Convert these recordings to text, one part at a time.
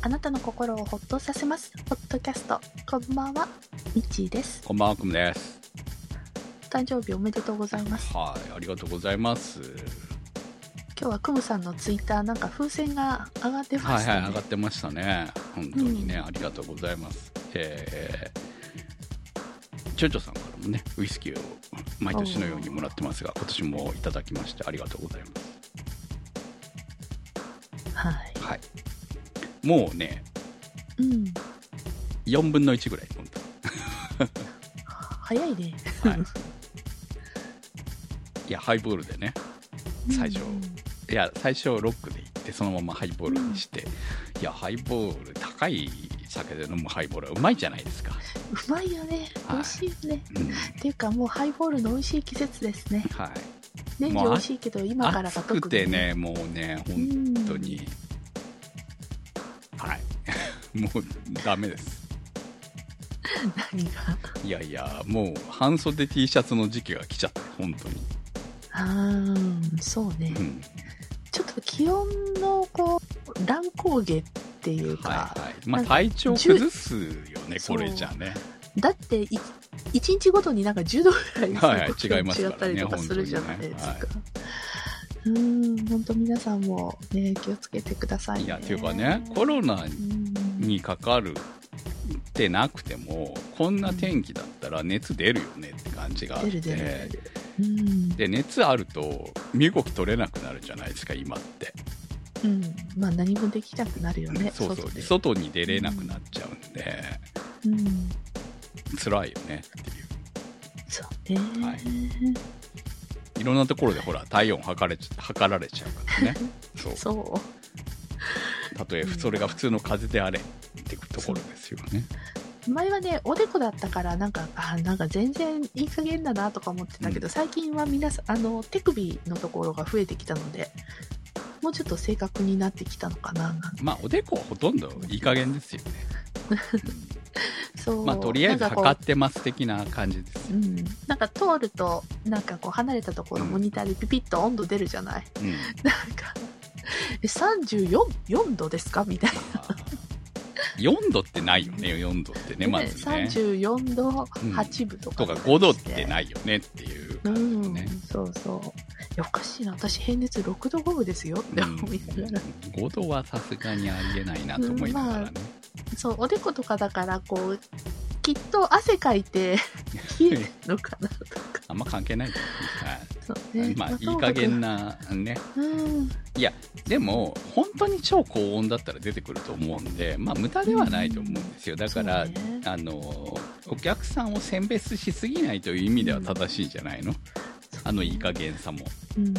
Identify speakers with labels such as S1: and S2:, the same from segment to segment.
S1: あなたの心をほっとさせますポッドキャストこんばんはみっちーです
S2: こんばんは、くむです。
S1: 誕生日おめでとうございます
S2: はい、ありがとうございます。
S1: 今日はくむさんのツイッターなんか風船が上がってま
S2: はい
S1: し
S2: は
S1: た
S2: い、上
S1: ね
S2: がってましたね。本当にね、
S1: う
S2: ありがとうございます。えー、ちょちょさんからもね、ウイスキーを毎年のようにもらってますが、今年もいただきましてありがとうございます。
S1: はい
S2: はい。もうね、
S1: うん
S2: 4分の1ぐらい飲んだ。
S1: 早いね
S2: はい。いや、ハイボールでね、 最初
S1: うん
S2: いや、最初ロックで行って、そのままハイボールにして、いや、ハイボール、高い酒で飲むハイボールはうまいじゃないですか。
S1: うまいよね
S2: はい
S1: 美味しいよね、
S2: うん
S1: っていうかもうハイボールの美味しい季節ですね
S2: はい。
S1: 年
S2: もう
S1: 中
S2: あ
S1: 美味しいけど今からが
S2: 暑
S1: 特に
S2: くてねもうね本
S1: 本
S2: 当に、はい もうダメです
S1: 何が
S2: いやいやもう半袖 T シャツの時期が来ちゃった本当に、
S1: ああそうね
S2: うん、
S1: ちょっと気温のこう乱高下っていうか、
S2: はいはいま
S1: な
S2: あ
S1: んか
S2: 体調崩すよね
S1: じゅ
S2: これじゃね
S1: だってい一日ごとになんか10度ぐらい
S2: はいはい
S1: その
S2: 違いますからね
S1: 違ったりとかするじゃないですか、
S2: 本当
S1: うーん本当皆さんもね気をつけてくださいね
S2: いやっていうかねコロナ
S1: うん
S2: にかかるってなくてもこんな天気だったら熱出るよねって感じがあっ
S1: 出
S2: て
S1: る出る出るうん
S2: で熱あると身動き取れなくなるじゃないですか今って
S1: うんまあ何もできなくなるよね
S2: そうそう
S1: 外で
S2: 外に出れなくなっちゃうんで、
S1: うん
S2: 辛いよねっていう
S1: そうね、
S2: はいいろんなところでほら体温測れち測られちゃう からねそう
S1: そう
S2: たとえそれが普通の風邪であれってところですよね
S1: 前はねおでこだったからなんかあーなんか全然いい加減だなとか思ってたけど、最近は皆さんあの手首のところが増えてきたのでもうちょっと正確になってきたのかな
S2: まあおでこはほとんどいい加減ですよね、
S1: そう
S2: まあとりあえず
S1: なんか
S2: 測
S1: こ
S2: ってます的な感じです
S1: う、うん、なんか通るとなんかこう離れたところ
S2: うん
S1: モニターでピピッと温度出るじゃない、
S2: うん
S1: なんかえ34度ですかみたいな、
S2: まあ4度ってないよね4度ってねまずね
S1: 34度8分とか、
S2: とか5度ってないよねっていう
S1: う
S2: 感じの
S1: ん
S2: ね、
S1: そうそういやおかしいな私平熱6度5分ですよって思いながら、
S2: 5度はさすがにありえないなと思いながらね、
S1: そうおでことかだからこうきっと汗かいて 冷えてるのかなとか
S2: あんま関係ないと思
S1: そう
S2: う、は
S1: ね
S2: い、まあい
S1: ともか
S2: い加
S1: く
S2: 減なね
S1: うん
S2: でも本当に超高温だったら出てくると思うんでまあ無駄ではないと思うんですよだから、
S1: そうね
S2: あのお客さんを選別しすぎないという意味では正しいんじゃないの、あのいい加減さも、
S1: うんい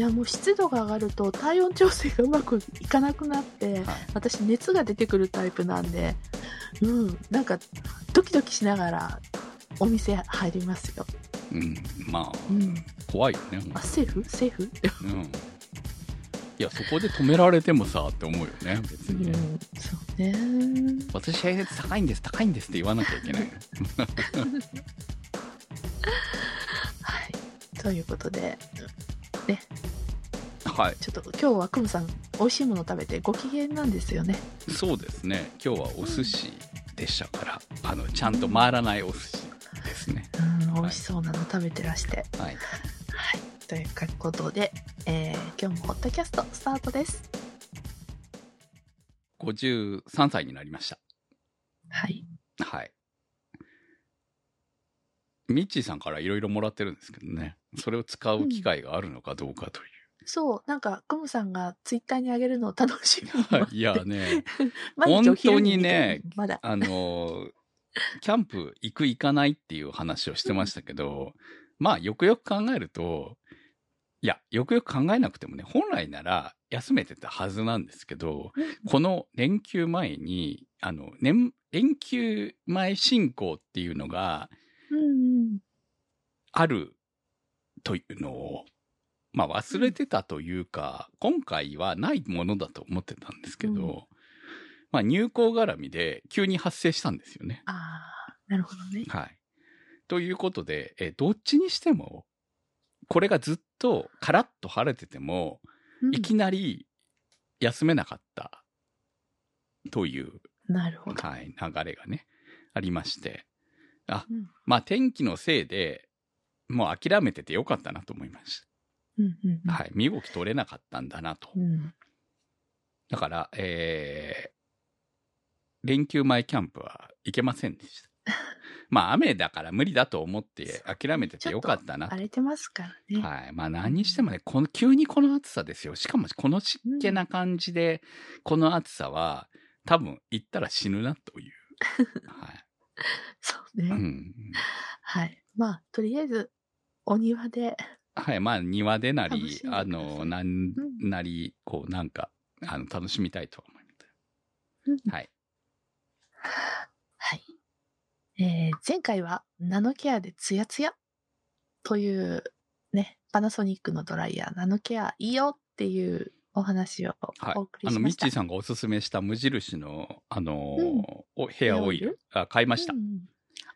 S1: やもう湿度が上がると体温調整がうまくいかなくなって
S2: は
S1: 私熱が出てくるタイプなんでうんなんかドキドキしながらお店入りますよ、
S2: いうん、まあ、
S1: うん、
S2: 怖いよね、本
S1: あセーフセーフって
S2: 当にうん、いやそこで止められてもさって思うよね別
S1: う
S2: にね、
S1: んそうね
S2: 私平熱高いんです高いんですって言わなきゃいけない
S1: はいということでね
S2: はい
S1: ちょっと今日はクムさん美味しいもの食べてご機嫌なんですよね。
S2: そうですね今日はお寿司でしたから、あのちゃんと回らないお寿司ですね
S1: うん、美
S2: い
S1: 味しそうなの食べてらして。
S2: はい
S1: はい。ということで、えー今日もホットキャストスタートです。
S2: 53歳になりました
S1: はい。
S2: はいミッチーさんからいろいろもらってるんですけどねそれを使う機会があるのかどうかとい
S1: そう、なんかクムさんがツイッターに上げるのを楽しみに
S2: う、
S1: 待って。
S2: いやね
S1: 毎日お昼
S2: 本当にね
S1: 見てるまだ。
S2: あのキャンプ行く行かないっていう話をしてましたけど、まあよくよく考えるといやよくよく考えなくてもね本来なら休めてたはずなんですけどこの連休前にあの年連休前進行っていうのが
S1: うんうん。
S2: あるというのをまあ忘れてたというか、今回はないものだと思ってたんですけど、
S1: うん
S2: まあ入校絡みで急に発生したんですよね。
S1: あー、なるほどね。
S2: はい。ということで、えーどっちにしても、これがずっとカラッと晴れてても、
S1: うん
S2: いきなり休めなかったという、
S1: なるほど。
S2: はい、流れがね、ありまして。あ、
S1: うん
S2: まあ天気のせいで、もう諦めててよかったなと思いまし
S1: うんうんうん
S2: た。はい。身動き取れなかったんだなと。
S1: うん
S2: だから、えー、連休前キャンプは行けませんでした。 まあ雨だから無理だと思って諦めててよかったなと
S1: 荒れてますからね。
S2: はい。まあ何にしてもね、この、急にこの暑さですよ。しかもこの湿気な感じで、この暑さは、多分行ったら死ぬな という。は
S1: そうね、
S2: い。うん。
S1: はい。まあ、とりあえず、お庭で、
S2: はい。まあ庭でな
S1: 楽
S2: り
S1: しんで、ください
S2: あの、な
S1: う
S2: ん
S1: ん
S2: なり、こうなんか、あの、楽しみたいと思いま
S1: うん
S2: す。はい。
S1: はい。えー前回はナノケアでツヤツヤというね、パナソニックのドライヤー、ナノケアいいよっていうお話を
S2: はい
S1: お送り
S2: あ
S1: し
S2: の、
S1: ま
S2: ミッ
S1: し
S2: チ
S1: た。
S2: ーさんがおすすめした無印の、あのー
S1: うん
S2: おヘアオイ
S1: ヘアオイ
S2: ルあ買いました。
S1: うんうん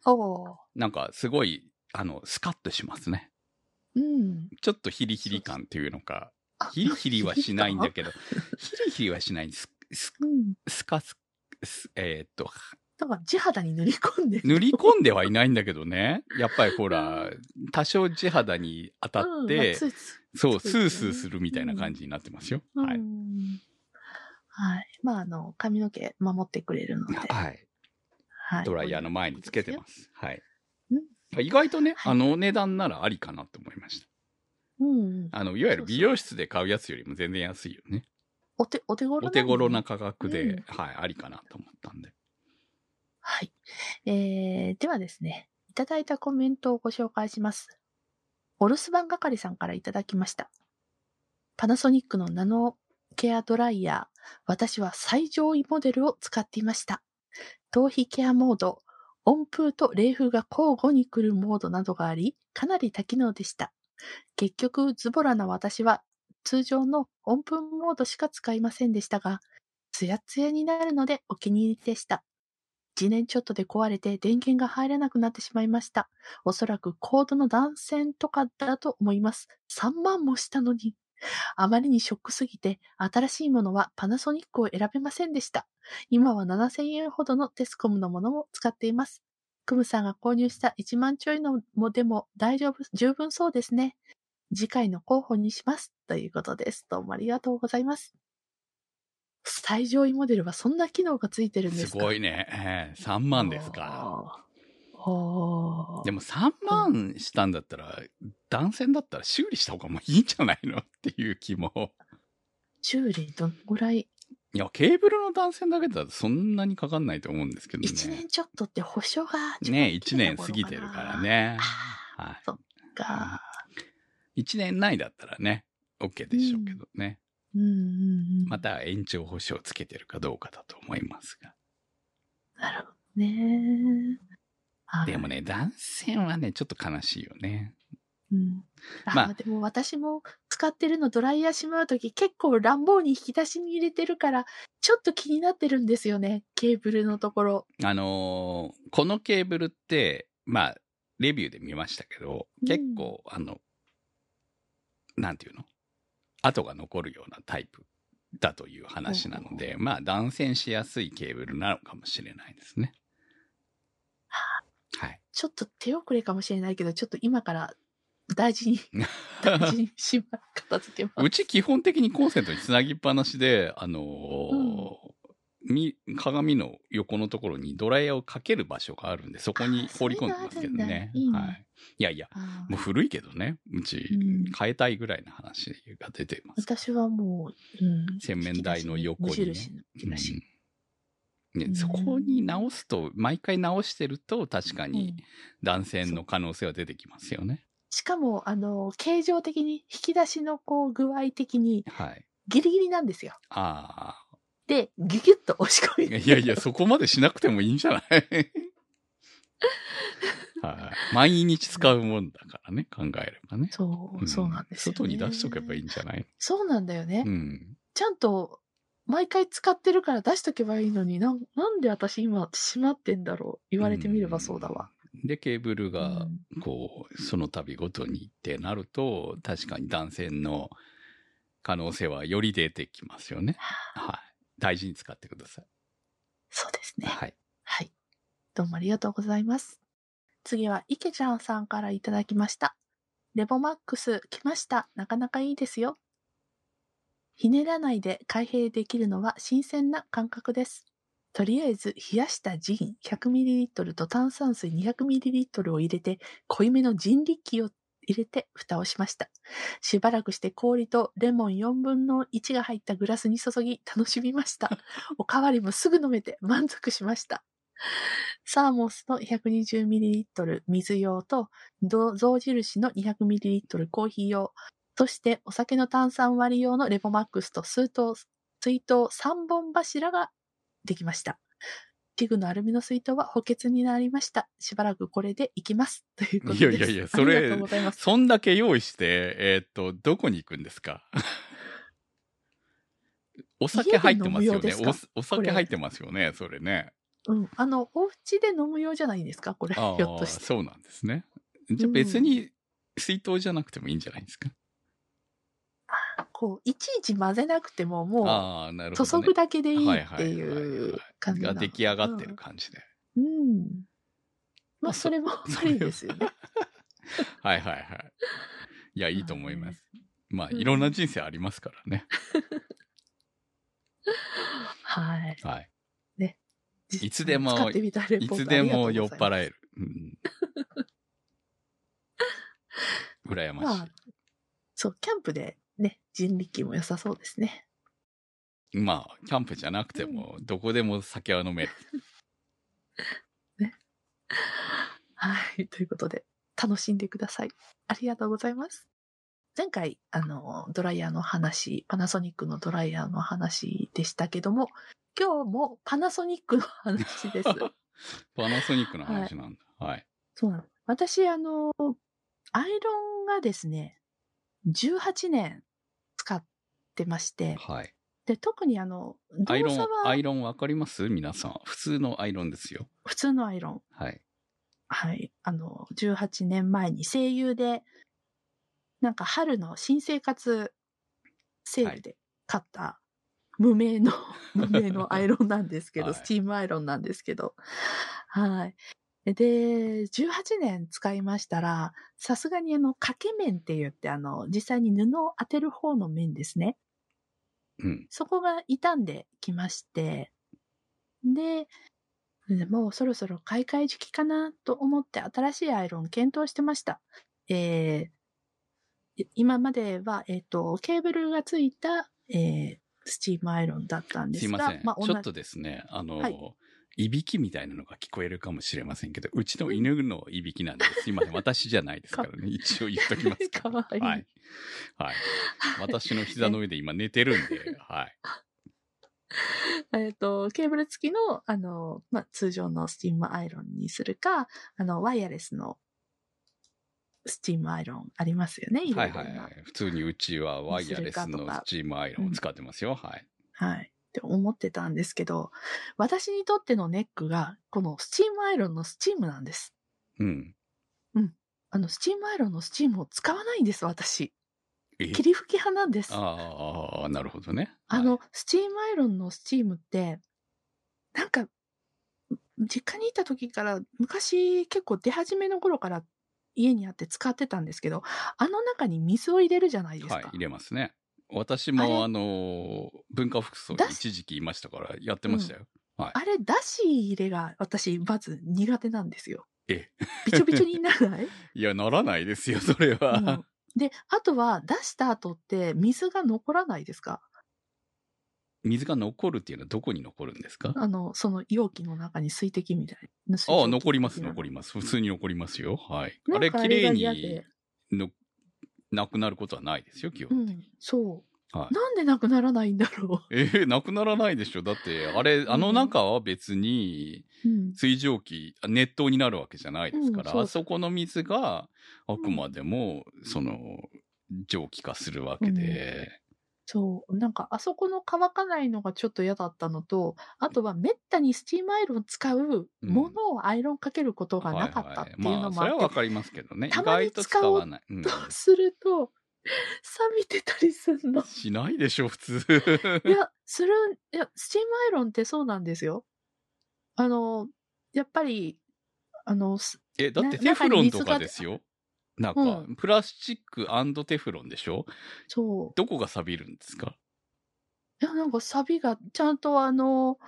S1: おー
S2: なんかすごい、あの、スカッとしますね。
S1: うん。
S2: ちょっとヒリヒリ感というのか、
S1: あ
S2: ヒリヒリはしないんだけど、ヒリヒリはしないんです。す
S1: うん。
S2: すかす、すえーっと、
S1: だから地肌に塗り込んでる
S2: 塗り込んではいないんだけどね。やっぱりほら、多少地肌に当た
S1: う
S2: っ
S1: んまあ
S2: て、
S1: ついつい
S2: そう、ス
S1: そう
S2: ー
S1: です
S2: ス
S1: よね
S2: ーするみたいな感じになってますよ。
S1: うん
S2: はい。
S1: はい。まあ、あの、髪の毛守ってくれるので。
S2: はい。
S1: はい
S2: ドライヤーの前につけてます。はい
S1: うん。
S2: 意外とね、
S1: はい
S2: あのお値段ならありかなと思いました。
S1: うんうん。
S2: あの、いわゆる美容室で買うやつよりも全然安いよね。
S1: お手、お手頃
S2: お手頃な
S1: のね。
S2: 価格
S1: う
S2: で
S1: ん、
S2: はい、ありかなと思ったんで。
S1: はい。えー、ではですね、いただいたコメントをご紹介します。お留守番係さんからいただきました。パナソニックのナノケアドライヤー、私は最上位モデルを使っていました。頭皮ケアモード、温風と冷風が交互に来るモードなどがあり、かなり多機能でした。結局、ズボラな私は通常の温風モードしか使いませんでしたが、ツヤツヤになるのでお気に入りでした。1年ちょっとで壊れて電源が入らなくなってしまいました。おそらくコードの断線とかだと思います。3万もしたのに。あまりにショックすぎて、新しいものはパナソニックを選べませんでした。今は7000円ほどのテスコムのものも使っています。クムさんが購入した1万ちょいのもでも大丈夫、十分そうですね。次回の候補にします。ということです。どうもありがとうございます。最上位モデルはそんな機能がついてるんですすか
S2: ごいね。えー3万ですか。
S1: おー。おー
S2: でも3万したんだったら、断線だったら修理した方がもういいんじゃないのっていう気も。
S1: 修理どのぐらい、
S2: いや、ケーブルの断線だけだとそんなにかかんないと思うんですけどね。
S1: 一年ちょっとって保証がちょっと
S2: ね
S1: 切
S2: 1
S1: れ
S2: 年
S1: た
S2: 過
S1: 頃
S2: ぎてるから。ね。は
S1: が、
S2: い。1年ないだったらね、OK でしょうけどね。
S1: うんうんうん。
S2: ま。た延長保証をつけてるかどうかだと思いますが。
S1: なるほどね。はい
S2: でも。ね、断線はね、ちょっと悲しいよね。
S1: うん、あ、
S2: まあ
S1: でも私も使ってるのドライヤーしまうとき結構乱暴に引き出しに入れてるから、ちょっと気になってるんですよね。ケーブルのところ。
S2: あのーこのケーブルって、まあ、レビューで見ましたけど、
S1: うん
S2: 結構、あの、なんていうの跡が残るようなタイプだという話なので、まあ、断線しやすいケーブルなのかもしれないですね。はい。
S1: ちょっと手遅れかもしれないけど、ちょっと今から大事 に、大事にしま、片付けます。
S2: うち基本的にコンセントにつなぎっぱなしで、あのーみ鏡の横のところにドライヤーをかける場所があるんで、そこに放り込んでますけどね。
S1: あそういうのあ
S2: は
S1: るんだいいね
S2: い。いやいや、
S1: あー
S2: もう古いけどね、う
S1: う
S2: ち
S1: ん
S2: 変えたいぐらいの話が出てます。
S1: 私はもう、うん、
S2: 洗面台の横にね
S1: 無印の引き出し
S2: うんね
S1: うん
S2: そこに直すと、毎回直してると確か
S1: う
S2: に
S1: ん
S2: 断線の可能性は出てきますよね。
S1: しかも、あの、形状的に、引き出しのこう、具合的に、
S2: はい。
S1: ギリギリなんですよ。
S2: ああ。
S1: で、ギュギュッと押し込み。
S2: いやいや、そこまでしなくてもいいんじゃない はい。毎日使うもんだからね、考えればね。
S1: そうう、そうなんですよ、ね
S2: 外に出しとけばいいんじゃない
S1: そうなんだよね。
S2: うん。
S1: ちゃんと、毎回使ってるから出しとけばいいのになん、なんで私今閉まってんだろう言われてみればそうだわ。
S2: で、ケーブル
S1: う
S2: が
S1: ん
S2: こう、その度ごとにってなると、確かに断線の可能性はより出てきますよね。はい。大事に使ってください。
S1: ですね。
S2: はい。
S1: はい。どうもありがとうございます。次は、いけちゃんさんからいただきました。レボマックス来ました。なかなかいいですよ。ひねらないで開閉できるのは新鮮な感覚です。とりあえず、冷やしたジン 100ml と炭酸水 200ml を入れて、濃いめの人力を入れて蓋をしました。しばらくして氷とレモン4分の1が入ったグラスに注ぎ、楽しみました。おかわりもすぐ飲めて満足しました。サーモスの 120ml 水用と、ど象印の 200ml コーヒー用、そしてお酒の炭酸割り用のレボマックスと水筒、水筒3本柱ができました。器具のアルミの水筒は補欠になりました。しばらくこれでいきます。ということです。
S2: いやいやいやそれ
S1: ありがとうございます。
S2: そんだけ用意して、えーっと、どこに行くんで すかお酒入ってますよ
S1: 家で
S2: ね
S1: 飲む用で。
S2: お
S1: これ
S2: お酒入ってますよね、それね。
S1: うん。あの、お家で飲む用じゃないんですかこれ。ひ
S2: あ
S1: ょっ
S2: あ、
S1: として。
S2: そうなんですね。じゃあ別に水筒じゃなくてもいいんじゃないですか。
S1: こう、いちいち混ぜなくても、も
S2: ああ、な
S1: う、
S2: るほど、ね。
S1: 注ぐだけでい
S2: はいい
S1: っ
S2: は
S1: て
S2: い
S1: いう感じな
S2: が
S1: の
S2: 出来上がってる感じで。
S1: うん。ま
S2: ま
S1: あ、
S2: あ
S1: そ
S2: そ
S1: れも
S2: そ
S1: あ
S2: れは
S1: りですよね。
S2: はいはいはい。いや、いいと思います。まあ、
S1: うん
S2: いろんな人生ありますからね。
S1: はい。
S2: はい。
S1: 実
S2: いつでも
S1: 使ってみたレ
S2: い
S1: ポート
S2: つでも酔っ
S1: あ
S2: 払
S1: り
S2: える。うん。
S1: がと
S2: 羨
S1: うございます
S2: ま
S1: まあ、そう、キャンプでね、人力も良さそうですね。
S2: しい。まあ、キャンプじゃなくても、どこでも酒は飲める。
S1: はい。ということで、楽しんでください。ありがとうございます。前回、あの、ドライヤーの話、パナソニックのドライヤーの話でしたけども、今日もパナソニックの話 です。
S2: パナソニックの話なんだ。はい。
S1: そうなの。私、あの、アイロンがですね、18年使ってまして、
S2: はい。
S1: で、特にあの、
S2: アイ
S1: 動
S2: ロン
S1: 作、
S2: ア
S1: は
S2: イロンわかります皆さん。普通のアイロンですよ。
S1: 普通のアイロン。
S2: はい。
S1: はい。あの、18年前に声優で、なんか春の新生活セールで買った無名の、 無名 のアイロンなんですけど、
S2: はい
S1: スチームアイロンなんですけど。はい。で、18年使いましたら、さすがにあの、掛け面って言って、あの、実際に布を当てる方の面ですね。
S2: うん。
S1: そこが傷んできまして、で、もうそろそろ買い替え時期かなと思って新しいアイロン検討してました。えーい今までは、えっ、と、ケーブルがついた、えースチームアイロンだったんですす
S2: い
S1: が、
S2: ません。
S1: まあ、
S2: ち
S1: 同
S2: ょっ
S1: じ
S2: とですね、あの、、
S1: はい
S2: びきみたいなのが聞こえるかもしれませんけど、うちの犬のいびきなんです。すい ません。私じゃないですからね。一応言っときますけ
S1: か
S2: ど
S1: わいい
S2: はい。 はい。私の膝の上で今寝てるんで、はい。
S1: えっと、ケーブル付きの、あの、まあ、通常のスチームアイロンにするか、あの、ワイヤレスのスチームアイロンありますよね、いろ
S2: はいい
S1: ろな。
S2: はいはい。普通にうちはワイヤレスのスチームアイロンを使ってますよ。はい。
S1: はい。って思ってたんですけど、私にとってのネックが、このスチームアイロンのスチームなんです。
S2: うん。
S1: あの、スチームアイロンのスチームを使わないんです、私。
S2: え
S1: 霧吹き派なんです。あ
S2: ああ、なるほどね。
S1: の、
S2: はい、
S1: スチームアイロンのスチームって、なんか、実家にいた時から、昔結構出始めの頃から家にあって使ってたんですけど、あの中に水を入れるじゃないですか。
S2: はい、入れますね。私
S1: あれ
S2: も、あの、文化服装に
S1: だし
S2: 一時期いましたから、やってましたよ。
S1: あれ、だし入れが私、まず苦手なんですよ。
S2: え
S1: びちょびちょにならない
S2: いや、ならないですよ、 それ
S1: う
S2: は
S1: ん。で、あとは出した後って水が残らないですか
S2: 水が残るっていうのはどこに残るんですか
S1: あの、その容器の中に水滴みたいな。
S2: ああ、残ります、残
S1: り。
S2: ります。普通に残りますよ。はい。
S1: な
S2: あ
S1: ん
S2: れ、
S1: か
S2: 綺麗
S1: が嫌
S2: に
S1: で
S2: の、なくなることはないですよ、基
S1: う
S2: 本。
S1: ん、そう。
S2: はい
S1: なんでなくならないんだろ
S2: えー、なくならないでしょ。だって、あれ、あの中は別に、
S1: う。 うん。
S2: 水蒸気、あ熱湯になるわけじゃないですか
S1: う
S2: ら、
S1: んそう
S2: あそこの水があくまでも、その、蒸気化するわけで、
S1: そう。なんか、あそこの乾かないのがちょっと嫌だったのと、あとはめったにスチームアイロン使うものをアイロンかけることがなかったっていうのも
S2: は
S1: あ
S2: いはいまあ、それ
S1: っ
S2: は
S1: て、
S2: わかりますけどね。
S1: た
S2: 意
S1: まに
S2: 外と使わない。うん
S1: どうすると、錆びてたりすんの。
S2: しないでしょ、普通。
S1: いや、する、いや、スチームアイロンってそうなんですよ。あの、やっぱり、あの、す
S2: え、だって
S1: な
S2: テフロン
S1: 中に水
S2: と
S1: が
S2: かですよ。なんか、
S1: う
S2: プラスチックテフロンでしょ
S1: そう。
S2: どこが錆びるんですか
S1: いや、なんかサビが、ちゃんとあの、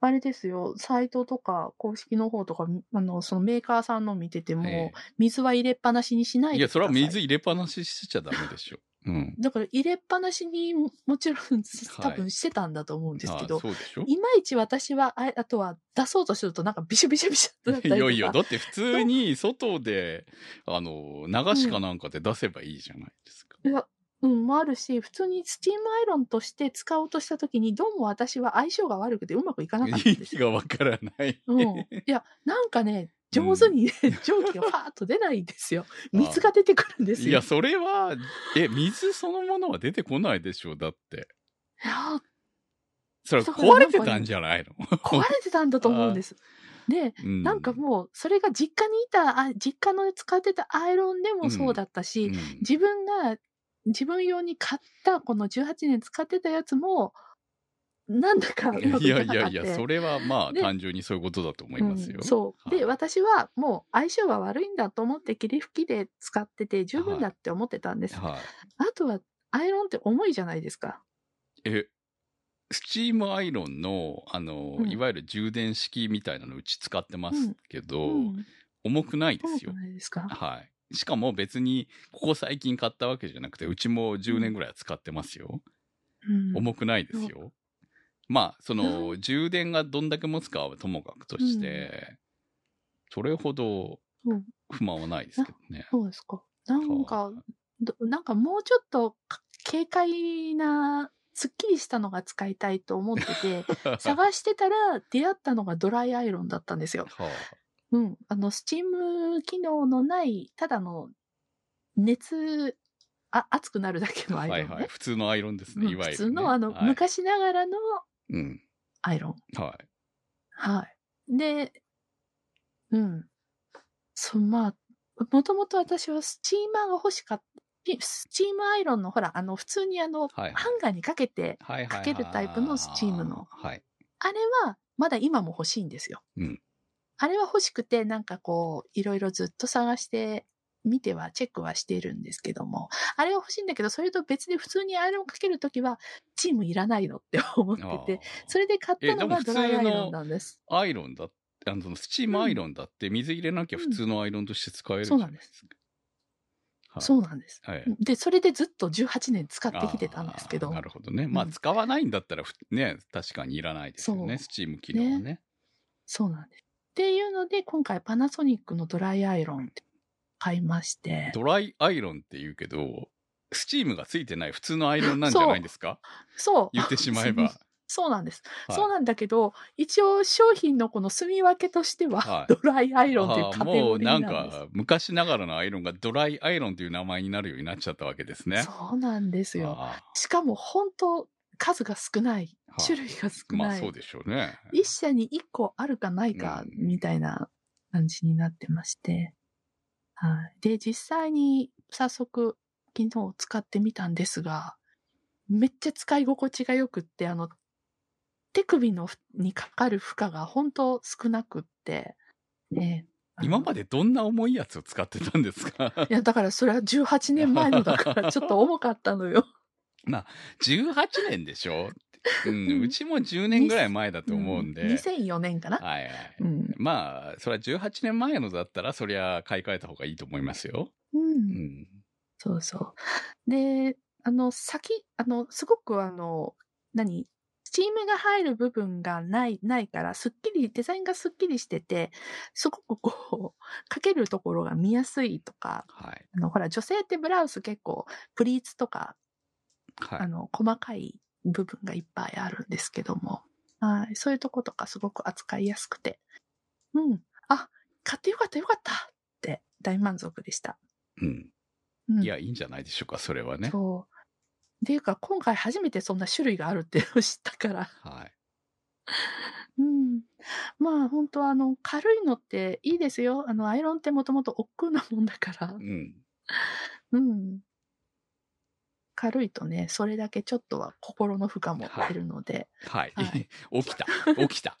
S1: あれですよ、サイトとか、公式の方とか、あの、そのメーカーさんの見てても、
S2: え
S1: 水は入れっぱなしにしな
S2: え
S1: い
S2: い
S1: で
S2: や、
S1: くださ
S2: そ
S1: い
S2: れは水入れっぱなししちゃダメでしょ。うん。
S1: だから入れっぱなしにももちろん
S2: い
S1: 多分してたんだと思うんですけど、
S2: ああそうでしょ
S1: い、まいち私はああとは出そうとするとなんかビシュビシュビシュってなったり
S2: い
S1: と
S2: や
S1: か
S2: いや、だって普通に外で、あの、流しかなんかで出せばいいじゃないですか。
S1: いやうん、もあるし普通にスチームアイロンとして使おうとした時にどうも私は相性が悪くてうまくいかなかったんです
S2: 息
S1: よ。
S2: がわからない。
S1: うん、いやなんかね上手にね、蒸気がパーッと出ないんです よ。水が出てくるんです
S2: いや、
S1: よ。
S2: それは、え、水そのものは出てこないでしょう、だって。
S1: いや
S2: それ壊れてたんじゃないの
S1: 壊 れてたんだと思うんです。でなんかもう、それが実家にいた、あ実家の使ってたアイロンでもそうだったし、
S2: うん、
S1: 自分が、自分用に買った、この18年使ってたやつも、なんだかうまく
S2: い
S1: いかなか
S2: やい
S1: った。
S2: やいや、それはまあ
S1: で
S2: 単純にそういうことだと思います
S1: う
S2: よ。
S1: んそう。
S2: は
S1: で、
S2: い
S1: 私はもう相性は悪いんだと思って霧吹きで使ってて十分だって思ってたんです。
S2: はい。
S1: あとは、アイロンって重いじゃないですか。
S2: え、スチームアイロンの、あの、
S1: うん
S2: いわゆる充電式みたいなのうち使ってますけど、
S1: うん。
S2: 重くないで
S1: 重
S2: す
S1: く
S2: よ。
S1: ないですか
S2: はい。しかも別に、ここ最近買ったわけじゃなくて、うちも10年ぐらいは使ってますよ。
S1: うん。
S2: 重くないですよ。まあ、その、充電がどんだけ持つかはともかくとして、それほど
S1: うん
S2: 不満はないですけどね。
S1: そうですか。なんか
S2: は、
S1: どなんかもうちょっとか軽快な、すっきりしたのが使いたいと思って て、探してたら出会ったのがドライアイロンだったんですよ。
S2: は
S1: うん。あの、スチーム機能のない、ただの熱、あ熱くなるだけ
S2: あ
S1: のアイロ
S2: は
S1: ン
S2: い
S1: ね。
S2: はい。普通のアイロンです
S1: うん
S2: ね、いわゆる、
S1: 普
S2: ね。
S1: 通の、あの、
S2: はい、
S1: 昔ながらの
S2: うん。
S1: アイロン。
S2: はい。
S1: はい。で、うん。そまあ、もともと私はスチーマーが欲しかった。スチームアイロンのほら、あの、普通にあの、
S2: はい
S1: ハンガーにかけて、
S2: はいはいはい
S1: かけるタイプのスチームの
S2: はい。
S1: あれはまだ今も欲しいんですよ。
S2: うん
S1: あれは欲しくて、なんかこう、いろいろずっと探して、見ては、チェックはしているんですけども、あれは欲しいんだけど、それと別に普通にアイロンかけるときは、スチームいらないのって思ってて、
S2: あー
S1: それで買ったのが
S2: え
S1: ド
S2: で
S1: ラ
S2: も普通
S1: イ
S2: の
S1: アイロンなんです。
S2: アイロンだって、あの、そのスチームアイロンだって、水入れなきゃ普通のアイロンとして使えるじゃないですか。はい
S1: そうなんです。
S2: はい。
S1: で、それでずっと18年使ってきてたんですけ
S2: あ
S1: ど
S2: ーな、るほどね。まあ、
S1: うん
S2: 使わないんだったらふ、ね、確かにいらないですよ
S1: そう
S2: ね、スチーム機能はね。
S1: そうなんです。っていうので、今回パナソニックのドライアイロンって買いまして、
S2: ドライアイロンって言うけど、スチームがついてない普通のアイロンなんじゃないんですか
S1: そう、
S2: 言ってしまえば。
S1: そうなんです。
S2: はい
S1: そうなんだけど、一応商品のこの住み分けとしては、
S2: はい
S1: ドライアイロンというカテ
S2: も
S1: ゴ
S2: う
S1: リ
S2: な
S1: ー
S2: ん
S1: なんです。
S2: か昔ながらのアイロンがドライアイロンという名前になるようになっちゃったわけですね。
S1: そうなんですよ。
S2: あ
S1: しかも本当、数が少ない
S2: は。い
S1: 種類が少
S2: ーまあ
S1: ない。
S2: そうでしょうね。
S1: 一社に一個あるかないか、
S2: うん
S1: みたいな感じになってまして。はい。で、実際に早速、昨日使ってみたんですが、めっちゃ使い心地が良くって、あの、手首のふにかかる負荷が本当少なくって、ね、あの
S2: 今までどんな重いやつを使ってたんですか
S1: いや、だからそれは18年前のだから、 ちょっと重かったのよ。
S2: ?18 年でしょ、うん、うちも10年ぐらい前だと思うんで。
S1: 2004年かな。
S2: はいはい。
S1: うん。
S2: まあ、それは18年前のだったら、そりゃ買い替えた方がいいと思いますよ。
S1: う。
S2: うんん。
S1: そうそう。で、あの、先、あの、すごくあの、何スチームが入る部分がない、ないから、すっきり、デザインがすっきりしてて、すごくこう、 かけるところが見やすいとか、
S2: はい。
S1: あの、ほら、女性ってブラウス結構、プリーツとか、
S2: は
S1: あ
S2: い。
S1: の、細かい部分がいっぱいあるんですけども、はい、そういうとことかすごく扱いやすくて、うん、あ、買ってよかったよかったって大満足でした。
S2: うん。
S1: うん、
S2: いや、いいんじゃないでしょうか、それはね。
S1: そう。っていうか、今回初めてそんな種類があるっていうのを知ったから。
S2: はい。
S1: うん。まあ、本当あの、軽いのっていいですよ。あの、アイロンってもともと億劫なもんだから
S2: う。ん。
S1: うん。軽いとね、それだけちょっとは心の負荷も減るので。
S2: はい。
S1: はい
S2: 起きた。起きた。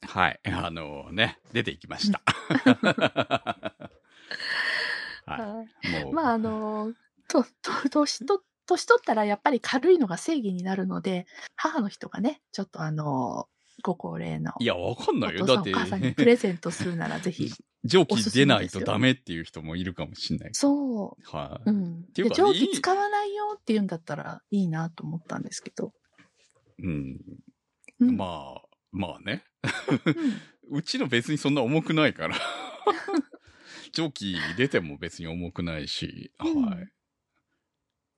S2: はい。あのね、出ていきました。 は
S1: はい
S2: い。も う。
S1: まああ、のとと年と年取ったらやっぱり軽いのが正義になるので母の人がねちょっとあのご高齢の
S2: いや、わかんない
S1: お
S2: よ。
S1: 父
S2: だ
S1: さんお
S2: って、
S1: 母さんにプレゼントするならぜひ
S2: 蒸
S1: お
S2: 気
S1: すすめ
S2: 出ない
S1: です
S2: と
S1: よ
S2: ダメっていう人もいるかもしれない。
S1: そ
S2: は
S1: う、うん、
S2: ていう
S1: で
S2: か
S1: 蒸
S2: いい
S1: 気使わないよって言うんだったらいいなと思ったんですけど、
S2: い。うん。
S1: うん
S2: まあ、まあね。
S1: うん
S2: うちの別にそんな重くな いから。蒸気出ても別に重くないし。
S1: うん
S2: はい。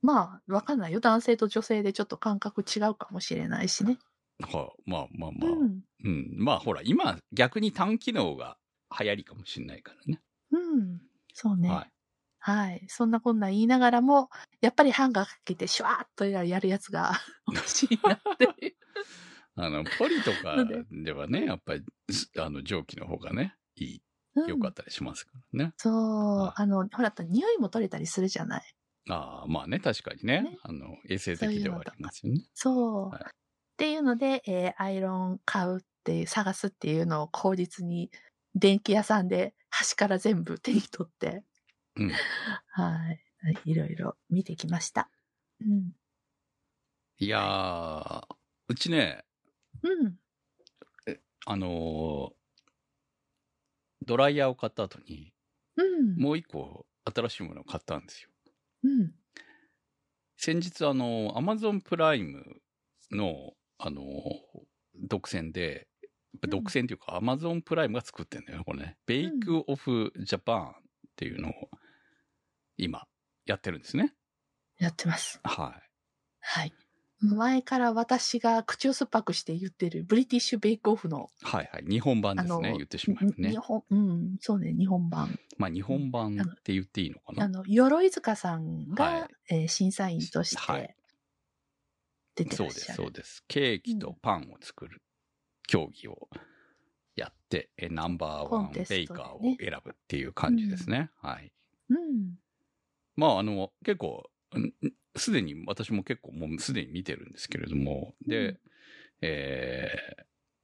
S1: まあわかんないよ男性と女性でちょっと感覚違うかもしれないしね、
S2: はいまあまあまあ。
S1: うん
S2: うん。まあほら、今逆に単機能が流行りかもしれないからね。
S1: うんそうね
S2: はい。
S1: はい。そんなこんな言いながらも、やっぱりハンガーかけてシュワーっとやるやつが 欲しいなって いう。
S2: あの、ポリとか
S1: なんで
S2: ではね、やっぱり、すあの、蒸気の方がね、い
S1: うん
S2: い、良かったりしますからね。
S1: そう
S2: い。
S1: あの、ほら、匂いも取れたりするじゃない。
S2: ああ、まあね、確かにね、
S1: ね
S2: あの、衛生的ではありますよね。
S1: そう。
S2: はい
S1: っていうので、えーアイロン買うっていう、探すっていうのを口実に、電気屋さんで端から全部手に取って、
S2: うん
S1: はい。いろいろ見てきました。うん。
S2: いやー、うちね、
S1: うん。
S2: あのードライヤーを買った後に、
S1: うん。
S2: もう一個新しいものを買ったんですよ。
S1: うん。
S2: 先日、あのー、アマゾンプライムの、あのー独占で、
S1: ん
S2: 独占というか、アマゾンプライムが作ってんだよね、これね。ベイクオフジャパンっていうのを、今、やってるんですね。
S1: やってます。
S2: はい。
S1: はい。前から私が口を酸っぱくして言ってるブリティッシュベイクオフの、
S2: はいはい。日本版です
S1: あ
S2: ね。
S1: の
S2: 言ってしまえば
S1: 日
S2: ね。
S1: 本、うん、そうね、日本版。
S2: まあ、日本版って言っていいのか
S1: あ
S2: な。
S1: の、鎧塚さんが、
S2: はい
S1: えー審査員とし
S2: はい
S1: て出て
S2: そう
S1: ら
S2: で
S1: っし
S2: す、
S1: ゃる。
S2: そうです。ケーキとパンを作る競技をやって、えナンバーワ
S1: コ
S2: ン
S1: ンテスト
S2: ベ
S1: でね
S2: イカーを選ぶっていう感じですね。はい。
S1: うん。
S2: まあ、あの、結構、んすでに私も結構もうすでに見てるんですけれども、で、
S1: うん
S2: え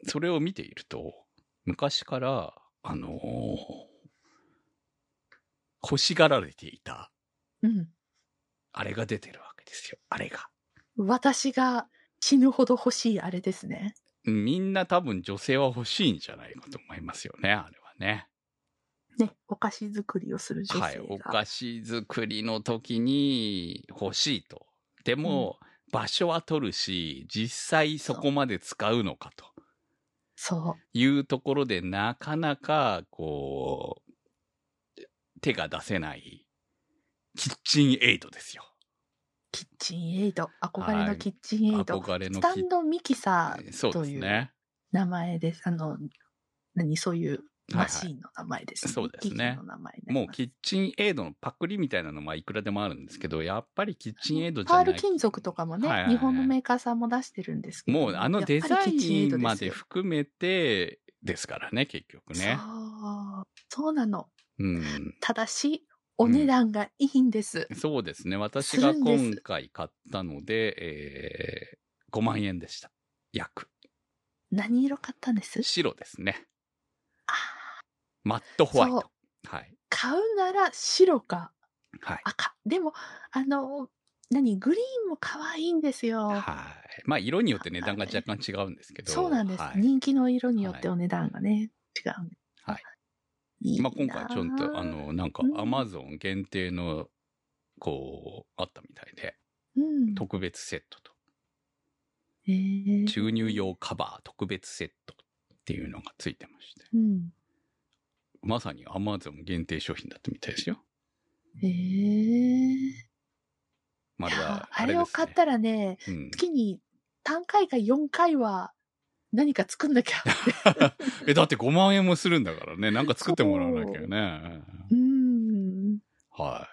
S2: ーそれを見ていると、昔から、あのー欲しがられていた、
S1: うん。
S2: あれが出てるわけですよ。あれが。
S1: 私が死ぬほど欲しいあれですね。
S2: みんな多分女性は欲しいんじゃないかと思いますよね、あれはね。
S1: ね、お菓子作りをする女性が。
S2: はい。お菓子作りの時に欲しいと。でも、場所は取るし、実際そこまで使うのかと
S1: そ
S2: いうところで、なかなか、こう、手が出せない、キッチンエイドですよ。
S1: う。キッチンエイド。憧
S2: は
S1: れ
S2: い
S1: のキッチンエイド。
S2: 憧れの
S1: ス
S2: キ
S1: タ
S2: ッ
S1: ンドミキサー
S2: そうですね。
S1: 名前です。あの、何、そういう
S2: はいはい
S1: マシーンの名前です、
S2: そうですね
S1: 機器の名前にな
S2: も
S1: り
S2: う
S1: ます
S2: キッチンエイドのパクリみたいなのはいくらでもあるんですけど、やっぱりキッチンエイドじゃ
S1: パ
S2: な
S1: ー
S2: い。
S1: ル金属とかもね、
S2: はいはいはい
S1: 日本のメーカーさんも出してるんですけど、
S2: もうあのデザインまで
S1: やっぱ
S2: 含めてですからね、結局
S1: りキッチンエイ
S2: ね
S1: ドです。よそうそうなの。
S2: うん。
S1: ただし、お値段がいいんです。
S2: そうですね。私
S1: す
S2: が
S1: るんです
S2: 今回買ったので、えー、5万円でした。約。
S1: 何色買ったんです
S2: 白ですね。
S1: あー
S2: マットホワイ
S1: そう
S2: ト。はい。
S1: 買うなら白か
S2: はい。
S1: 赤。でも、あの、何、グリーンも可愛いんですよ。
S2: はい。まあ、色によって値段が若干違うんですけど。
S1: そうなんです、
S2: はい
S1: 人気の色によって
S2: は
S1: お値段がね、違うんです。
S2: はい
S1: い
S2: ま
S1: な
S2: あ、
S1: ぁ。
S2: 今回ちょっと、あの、なんか
S1: う、ん
S2: アマゾン限定の、こう、あったみたいで、
S1: うん、
S2: 特別セットと、
S1: えー
S2: 注入用カバー特別セットっていうのがついてまして。
S1: うん。
S2: まさに Amazon 限定商品だったみたいですよ。
S1: えー
S2: ま
S1: いや
S2: だ、
S1: あ
S2: れ
S1: れ
S2: ですね
S1: を買ったらね、
S2: うん、
S1: 月に3回か4回は何か作んなきゃ。
S2: え、だって5万円もするんだからね。なんか作ってもらわなきゃね。
S1: うーん。
S2: は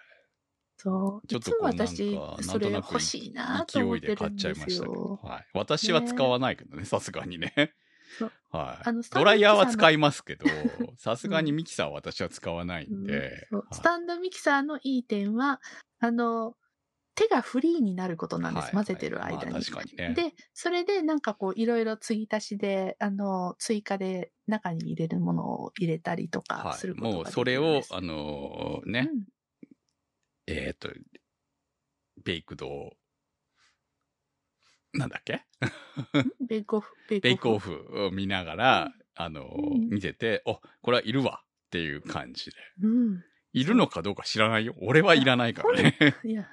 S1: そう。
S2: ちょっ
S1: い
S2: と
S1: つ
S2: こ
S1: も
S2: う
S1: 私
S2: なんか、
S1: それ
S2: なんとなく。
S1: 欲しいないと思
S2: 勢
S1: っ
S2: いで
S1: て
S2: 買
S1: る
S2: っ
S1: ん
S2: ちゃい
S1: で
S2: ますしたけど
S1: よ。。
S2: はい。私は使わないけどね、さすがにね
S1: そう。
S2: はい
S1: あのス。タンド
S2: ドライヤーは使いますけど、さすがにミキサーは私は使わないん
S1: うん
S2: で。
S1: そう
S2: はい
S1: スタンドミキサーのいい点は、あの、手がフリーになることなんです、
S2: はい
S1: 混ぜてる
S2: はい
S1: 間に。
S2: まあ確かにね。
S1: で、それでなんかこういろいろ継ぎ足しで、あの、追加で中に入れるものを入れたりとか
S2: は
S1: す
S2: い、
S1: ること
S2: もう
S1: がで
S2: そ
S1: き
S2: れ
S1: るん
S2: を
S1: です。、
S2: あのー
S1: う
S2: ね、
S1: ん
S2: えっ、と、ベイクド、なんだっけ
S1: ベイクオフ、ベ
S2: ベイ
S1: イ
S2: クオ。フを見ながら、あのー
S1: うん
S2: 見てて、お、これはいるわっていう感じで。
S1: うん。
S2: いるのかどうか知らないよ。俺はいらないからね。
S1: いや、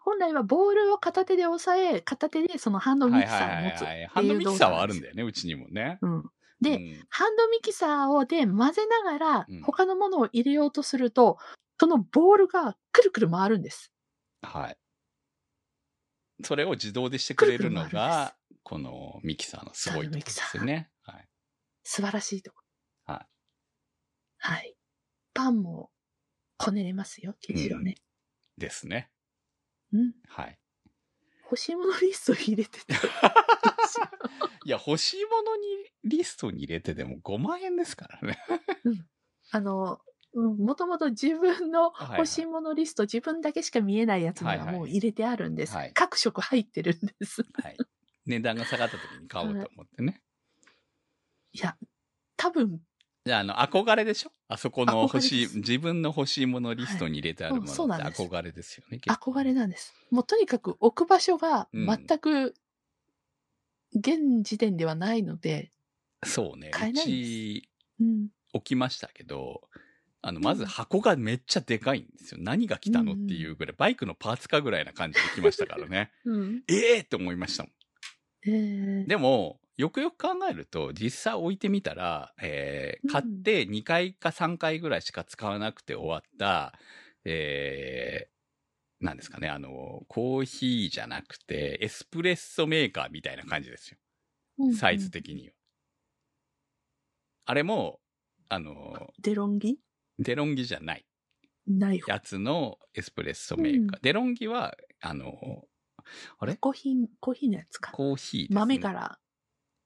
S1: 本来はボールを片手で押さえ、片手でそのハンドミキサーを持つっていう動作
S2: ハンドミキサーはあるん
S1: よ。
S2: だよね、うちにもね。
S1: うん。で
S2: うん
S1: ハンドミキサーをで混ぜながら
S2: うん
S1: 他のものを入れようとすると、そのボールがくるくる回るんです。
S2: はい。それを自動でしてくれるの
S1: くるくる回るん
S2: が、このミキサーのすごいところですよね。はい。
S1: 素晴らしいとこ。
S2: はい。
S1: はい。パンもこねれますよ、ケジロね。
S2: ですね。
S1: うん。
S2: はい。
S1: 欲しいものリスト入れて て。
S2: いや、欲しいものにリストに入れてでも5万円ですからね。
S1: あの、うんもともと自分の
S2: はいはい
S1: 欲しいものリスト、自分だけしか見えないやつには
S2: はいはい
S1: もう入れてあるんです。
S2: はい
S1: 各色入ってるんです。
S2: はい。値段が下がった時に買おうと思ってね。
S1: いや、多分、
S2: じゃあ、あの、憧れでしょあそこの欲しい
S1: 憧れです、
S2: 自分の欲しいものリストに入れてあるものっ
S1: はいう
S2: て
S1: んそうなんです
S2: 憧れですよね。結構
S1: 憧れなんです。もうとにかく置く場所が全く現時点ではないので、
S2: そうね。
S1: 買え
S2: う
S1: ないんです
S2: ち、
S1: うん。
S2: 置きましたけど、あの、まず箱がめっちゃでかいんですよ。何が来たの
S1: う
S2: っ
S1: んうん
S2: ていうぐらい、バイクのパーツかぐらいな感じで来ましたからね。
S1: うん。
S2: ええって思いましたも
S1: えー
S2: ん。でも、よくよく考えると、実際置いてみたら、えー買って2回か3回ぐらいしか使わなくて終わった、えー、なんですかね、あの、コーヒーじゃなくて、エスプレッソメーカーみたいな感じですよ。
S1: うん
S2: サイズ的には。あれも、あの、
S1: デロンギ
S2: デロンギじゃない
S1: ナイフ。
S2: やつのエスプレッソメーカー。デロンギは、あの、あれ
S1: コーヒー、コーヒーのやつか。
S2: コーヒーです、ね。
S1: 豆か。ら。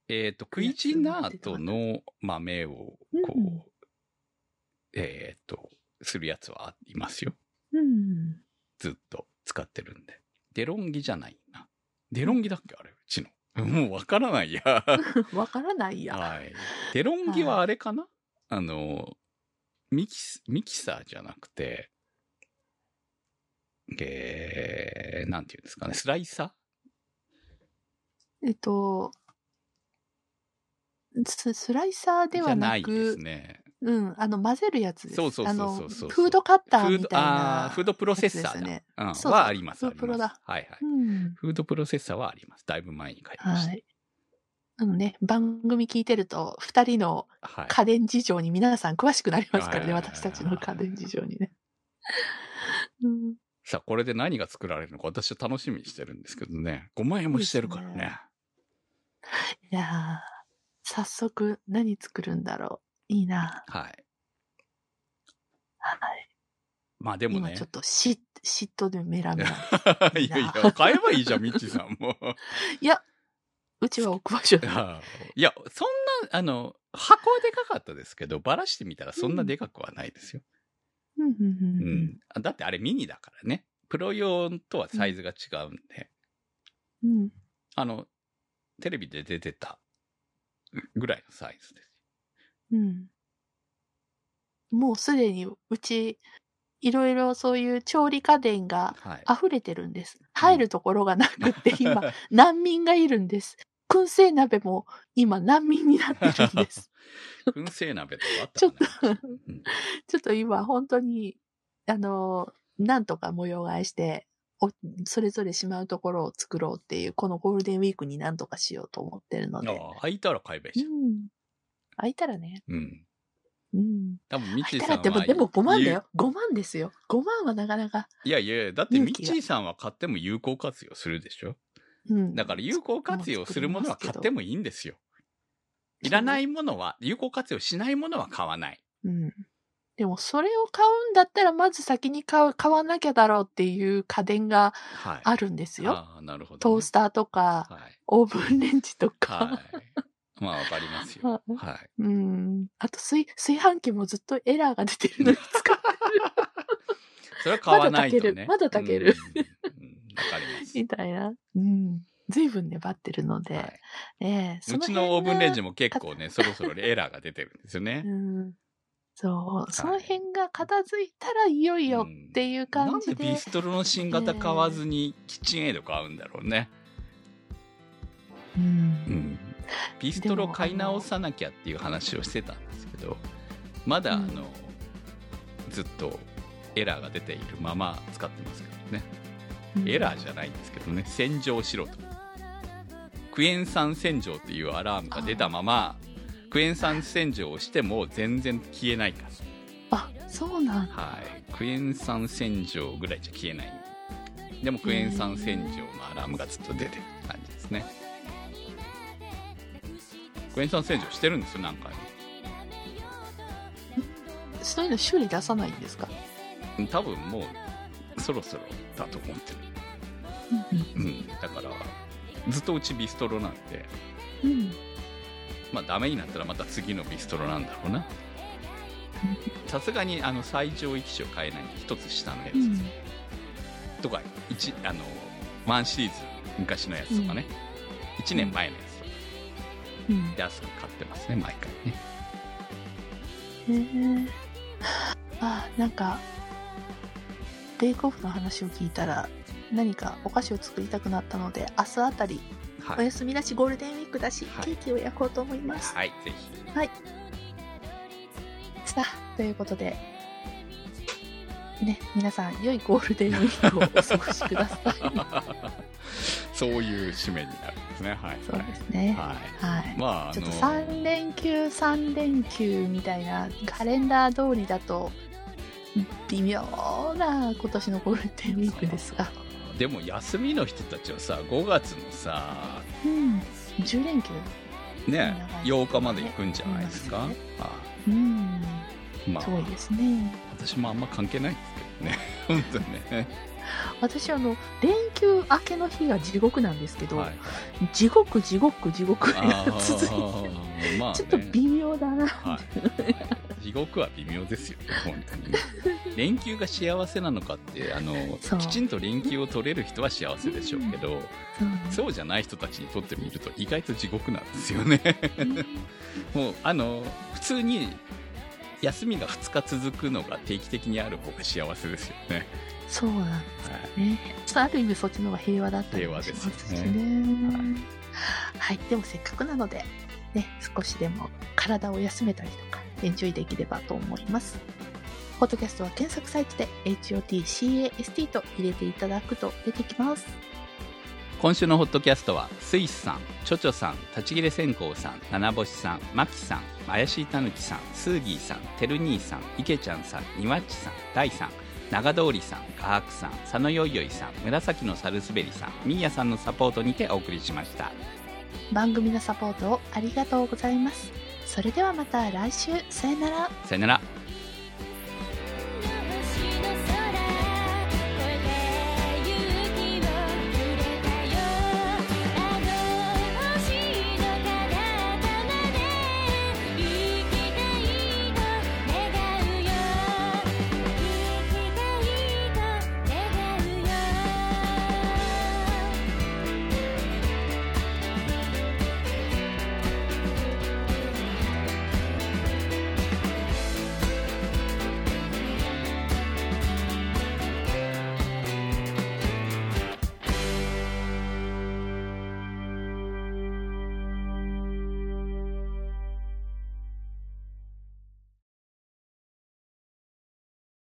S2: えっ、と、クイジナートの豆を、こう、
S1: うん
S2: えっ、と、するやつはありますよ。
S1: うん。
S2: ずっと使ってるんで。デロンギじゃないな。デロンギだっけあれ、うちの。もうわからないや。
S1: わからないや。
S2: はい。デロンギはあれかな、あの、ミキス、ミキサーじゃなくて、えー、なんていうんですかね、スライサ
S1: えっと、ススライサー
S2: ー
S1: で
S2: じ
S1: は
S2: ゃな
S1: ない
S2: です
S1: く、
S2: ね。
S1: うん、あの、混ぜるやつです。
S2: そうそうそうそうそう
S1: あのフードカッ
S2: フ
S1: ター
S2: ー
S1: み
S2: ド、
S1: たいな。
S2: あーフードプロセッサーだ。
S1: やつですね
S2: うん、
S1: そうそう
S2: はあります、
S1: フ
S2: あ
S1: ー
S2: り
S1: ドプ
S2: ます。
S1: ロだ
S2: はいはい。
S1: うん。
S2: フードプロセッサーはあります。だいぶ前に買いまし
S1: は
S2: た。
S1: い。あのね、番組聞いてると、二人の
S2: はい。
S1: 家電事情に皆さん詳しくなりますからね、
S2: はいはいはいはい
S1: 私たちの家電事情に ね。うん、
S2: さあ、これで何が作られるのか私は楽しみにしてるんですけどね。5万円もしてるから
S1: いいです
S2: ね
S1: いやー早速何作るんだろう。いいな。
S2: はい。
S1: はい。
S2: まあでも
S1: 今
S2: ね
S1: ちょ。っと嫉嫉妬でメラ メラ。
S2: いやいや、買えばいいじゃん、ミッチーさん も。
S1: いや、うちは置く場所だ。
S2: あーいや、そんな、あの、箱はでかかったですけど、ばらしてみたらそんなでかくはないですよ。
S1: うんうん
S2: う。
S1: うんんうん
S2: あだってあれミニだからね。プロ用とはサイズが違うんで、
S1: うん
S2: あの、テレビで出てたぐらいのサイズです。
S1: うんもうすでにうち、いろいろそういう調理家電が
S2: はい。
S1: 溢れてるんです。入るところがなくって、今、
S2: はい
S1: 難民がいるんです。燻製鍋も今難民になってるんです。
S2: 燻製鍋とかあったかなうん
S1: ちょっと今本当に、あの、なんとか模様替えして、おそれぞれしまうところを作ろうっていう、このゴールデンウィークになんとかしようと思ってるので。
S2: ああ、開いたら買えばいいうじゃん。
S1: ん。空いたらね。
S2: うん。
S1: うん。
S2: 多分ミッチ
S1: 空いた
S2: ーさ
S1: ら
S2: ん
S1: っ
S2: は。
S1: て、でもでも5万だよ。5万ですよ。5万はなかなか。
S2: いやいや、だって
S1: 勇
S2: ミッ
S1: 気
S2: チ
S1: が
S2: ーさんは買っても有効活用するでしょ
S1: うん。
S2: だから有効活用するものは買ってもいいんですよ。
S1: そう
S2: いらないものは、有効活用しないものは買わない。
S1: うん。でもそれを買うんだったら、まず先に買う買わなきゃだろうっていう家電が
S2: はい。
S1: あるんですよ。
S2: ああ、なるほど、
S1: トース
S2: タ
S1: ターとか、
S2: はい。
S1: オーブンレンジとか、
S2: はい。まあ、わかりますよ。
S1: うん
S2: はい。
S1: うん。あと炊、炊飯器もずっとエラーが 出てるのに使う。
S2: それは買わないとね。
S1: まだ炊けるまだ炊ける
S2: うんうんかります。
S1: みたいな。うん。随分粘ってるので、
S2: はい
S1: ええ
S2: うちのオーブンレンジ
S1: も。
S2: も結構ね、そろそろエラーが出てるんですよね。
S1: うん。そう、その辺が片付いたらいよいよ
S2: うん
S1: っていう
S2: な
S1: 感
S2: ん
S1: じ
S2: で
S1: で。
S2: ビストロの新型買わずにキッチンエイド買うんだろうね。
S1: うん
S2: うん、ビストロ買い直さなきゃっていう話をしてたんですけどまだあ
S1: うん
S2: の、ずっとエラーが出ているまま使ってますけどね、
S1: うん
S2: エラーじゃないんですけどね洗浄しろとクエン酸洗浄っていうアラームが出たままクエン酸洗浄をしても全然消えないから
S1: あ、そうなんだ。
S2: はいクエン酸洗浄ぐらいじゃ消えないでもクエン酸洗浄のアラームがずっと出てる感じですねクエン酸洗浄してるんですよ何回も
S1: そういうの修理出さないんですか、
S2: 多分もうそろそろだと思ってる、うん、だからずっとうちビストロなんで
S1: うん、うん。
S2: まあダメになったらまた次のビストロなんだろうなさすがにあの最上位機種を買えないんで一つ下のやつ、
S1: うん。
S2: とか一あのワンシリーズ昔のやつとかね、1年前のやつとか
S1: うん。
S2: 安く買ってますね毎回ね
S1: ねえあなんかベイクオフの話を聞いたら何かお菓子を作りたくなったので明日あたりお
S2: はい、
S1: 休みだしゴールデンウィークだし、
S2: はい
S1: ケーキを焼こうと思います、
S2: はい、ぜひ
S1: さあということでね皆さん良いゴールデンウィークをお過ごしくださ い
S2: そういう締めになるんですねはい
S1: そうですね
S2: は
S1: はい
S2: い、まああ
S1: ちょっ
S2: の
S1: と3連休3連休みたいなカレンダー通りだと微妙な今年のゴールデンウィークですが
S2: でも休みの人たちはさ5月のさ
S1: うん、10連休、
S2: ね
S1: 長い
S2: 8日まで行くんじゃないですか、
S1: そうで
S2: あ
S1: うん、
S2: まあ
S1: すごいですね。
S2: 私もあんま関係ないんですけどね 本当にね、
S1: 私、あの、連休明けの日が地獄なんですけど、
S2: はい、
S1: 地獄、地獄、地獄が
S2: あ
S1: 続いて、
S2: ーまあ、ね、
S1: ちょっと微妙だな。
S2: はい、地獄は微妙ですよ、本当にね。連休が幸せなのかってあの
S1: そう
S2: きちんと連休を取れる人は幸せでしょうけど、
S1: そうね
S2: そうじゃない人たちにとってみると意外と地獄なんですよね もうあの普通に休みが2日続くのが定期的にある方が幸せですよね、
S1: そうなんで
S2: はい
S1: すね。ある意味、そっちの方が平和だったり
S2: 平
S1: も
S2: 和で
S1: し
S2: す
S1: ま
S2: よね
S1: すしね。はい、でもせっかくなので、ね、少しでも体を休めたりとか、エンジョイできればと思います。ポッドキャストは検索サイトで HOTCAST と入れていただくと出てきます。
S2: 今週のホットキャストはスイスさんチョチョさん立ち切れ線香さん七星さんマキさん怪しいたぬきさんスーギーさんてる兄さんいけちゃんさんにわっちさん大さん長通りさん画伯さん佐野よいよいさん紫のサルスベリさんみーやさんのサポートにてお送りしました
S1: 番組のサポートをありがとうございます。それではまた来週、さよなら。
S2: さよなら